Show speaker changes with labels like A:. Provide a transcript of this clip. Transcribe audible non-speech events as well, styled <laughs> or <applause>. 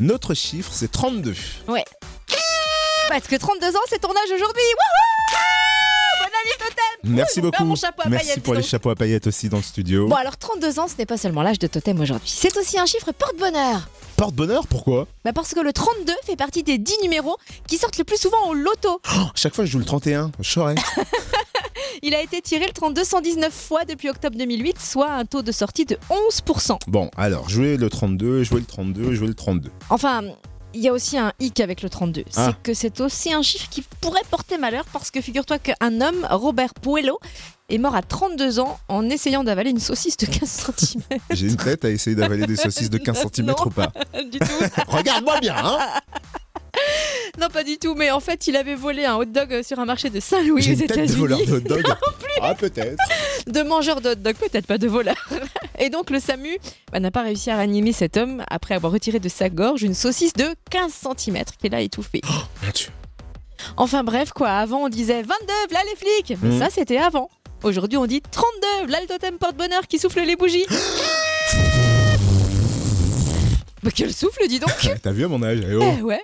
A: Notre chiffre, c'est 32.
B: Ouais. Parce que 32 ans, c'est ton âge aujourd'hui. Wouhou Bonne année Totem
A: Merci
B: je vais
A: beaucoup.
B: faire mon chapeau à
A: Merci
B: paillettes,
A: pour
B: dis
A: les
B: donc.
A: chapeaux à paillettes aussi dans le studio.
B: Bon, alors 32 ans, ce n'est pas seulement l'âge de Totem aujourd'hui. C'est aussi un chiffre porte-bonheur.
A: Porte-bonheur, pourquoi
B: Bah parce que le 32 fait partie des 10 numéros qui sortent le plus souvent au loto.
A: Oh, Chaque fois, je joue le 31. Je
B: <laughs>
A: saurais.
B: Il a été tiré le 32 119 fois depuis octobre 2008, soit un taux de sortie de 11%.
A: Bon, alors, jouer le 32, jouer le 32, jouer le 32.
B: Enfin, il y a aussi un hic avec le 32.
A: Ah.
B: C'est que c'est aussi un chiffre qui pourrait porter malheur parce que figure-toi qu'un homme, Robert Puello, est mort à 32 ans en essayant d'avaler une saucisse de 15 centimes
A: J'ai une tête à essayer d'avaler des saucisses de 15 cm ou pas.
B: <laughs> du tout.
A: Regarde-moi bien, hein
B: Non, pas du tout, mais en fait, il avait volé un hot dog euh, sur un marché de Saint-Louis
A: J'ai
B: aux
A: une tête de voleur
B: États-Unis.
A: de hot dog. Ah, peut-être.
B: <laughs> De mangeur de hot dog, peut-être pas de voleur.
A: <laughs>
B: Et donc, le SAMU bah, n'a pas réussi à ranimer cet homme après avoir retiré de sa gorge une saucisse de 15 cm qu'il
A: <gasps>
B: a étouffée.
A: Mon Dieu.
B: Enfin, bref, quoi. Avant, on disait 22, v'là les flics. Mais
A: Mhm.
B: ça, c'était avant. Aujourd'hui, on dit 32, v'là le totem porte-bonheur qui souffle les
A: <gasps>
B: bougies. bah, quel souffle, dis donc
A: T'as vu à mon âge eh oh.
B: Eh ouais,